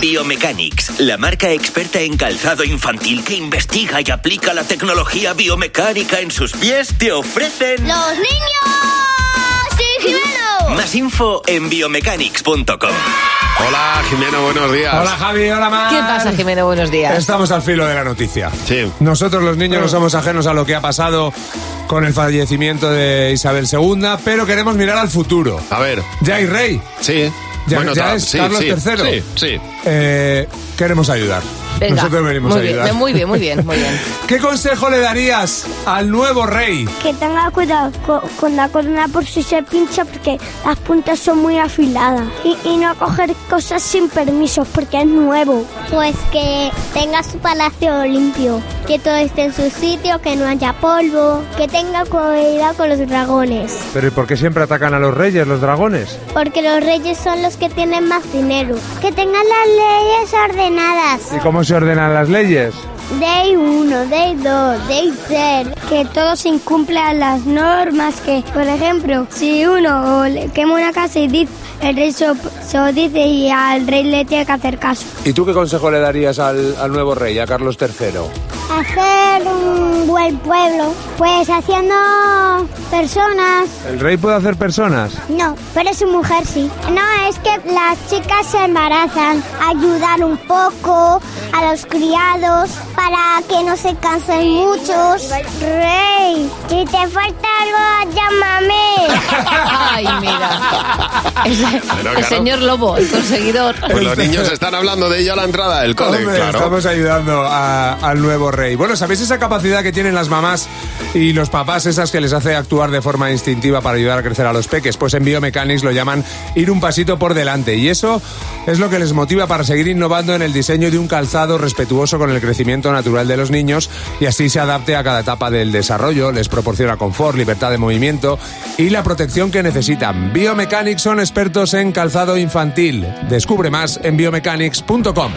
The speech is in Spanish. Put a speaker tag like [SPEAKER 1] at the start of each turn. [SPEAKER 1] Biomechanics, la marca experta en calzado infantil que investiga y aplica la tecnología biomecánica en sus pies, te ofrecen
[SPEAKER 2] ¡Los niños! ¡Sí, Jimeno!
[SPEAKER 1] más info en biomechanics.com.
[SPEAKER 3] Hola, Jimeno, buenos días.
[SPEAKER 4] Hola Javi, hola Mar.
[SPEAKER 5] ¿Qué pasa, Jimeno? Buenos días.
[SPEAKER 4] Estamos al filo de la noticia.
[SPEAKER 3] Sí.
[SPEAKER 4] Nosotros los niños no somos ajenos a lo que ha pasado con el fallecimiento de Isabel II, pero queremos mirar al futuro.
[SPEAKER 3] A ver,
[SPEAKER 4] Ya hay rey.
[SPEAKER 3] sí.
[SPEAKER 4] Ya, ya
[SPEAKER 3] ta-
[SPEAKER 4] es Carlos
[SPEAKER 3] sí,
[SPEAKER 4] III.
[SPEAKER 3] Sí, sí.
[SPEAKER 4] Eh, queremos ayudar.
[SPEAKER 5] Venga.
[SPEAKER 4] Nosotros venimos
[SPEAKER 5] muy
[SPEAKER 4] a ayudar.
[SPEAKER 5] Bien, muy bien, muy bien, muy bien.
[SPEAKER 4] ¿Qué consejo le darías al nuevo rey?
[SPEAKER 6] Que tenga cuidado co- con, la corona por si se pincha porque las puntas son muy afiladas. Y, y no coger cosas sin permisos porque es nuevo.
[SPEAKER 2] Pues que tenga su palacio limpio, que todo esté en su sitio, que no haya polvo, que tenga cuidado con los dragones,
[SPEAKER 4] Pero ¿y por qué siempre atacan a los reyes, los dragones?
[SPEAKER 2] porque los reyes son los que tienen más dinero, que tengan las leyes ordenadas.
[SPEAKER 4] ¿Y cómo se ordenan las leyes?
[SPEAKER 2] Day 1, Day 2, Day 3.
[SPEAKER 6] Que todos incumplan las normas que, por ejemplo, si uno o le quema una casa y dice, el rey se, op- se lo dice y al rey le tiene que hacer caso.
[SPEAKER 4] ¿Y tú qué consejo le darías al, al nuevo rey, a Carlos III?
[SPEAKER 2] Hacer un buen pueblo, pues haciendo personas.
[SPEAKER 4] ¿El rey puede hacer personas?
[SPEAKER 2] No, pero su mujer sí. No, es que las chicas se embarazan. Ayudar un poco a los criados para que no se cansen muchos. Rey, si te falta algo, llámame.
[SPEAKER 5] Ay, mira. Es-
[SPEAKER 3] claro.
[SPEAKER 5] El señor Lobo, el conseguidor.
[SPEAKER 3] Pues los niños están hablando de ello a la entrada del cole,
[SPEAKER 4] Hombre,
[SPEAKER 3] claro.
[SPEAKER 4] Estamos ayudando a- al nuevo rey. Bueno, ¿sabéis esa capacidad que tienen las mamás y los papás, esas que les hace actuar de forma instintiva para ayudar a crecer a los peques? Pues en Biomechanics lo llaman ir un pasito por delante. Y eso es lo que les motiva para seguir innovando en el diseño de un calzado respetuoso con el crecimiento natural de los niños y así se adapte a cada etapa del desarrollo, les proporciona confort, libertad de movimiento y la protección que necesitan. Biomechanics son expertos en calzado infantil. Descubre más en biomechanics.com.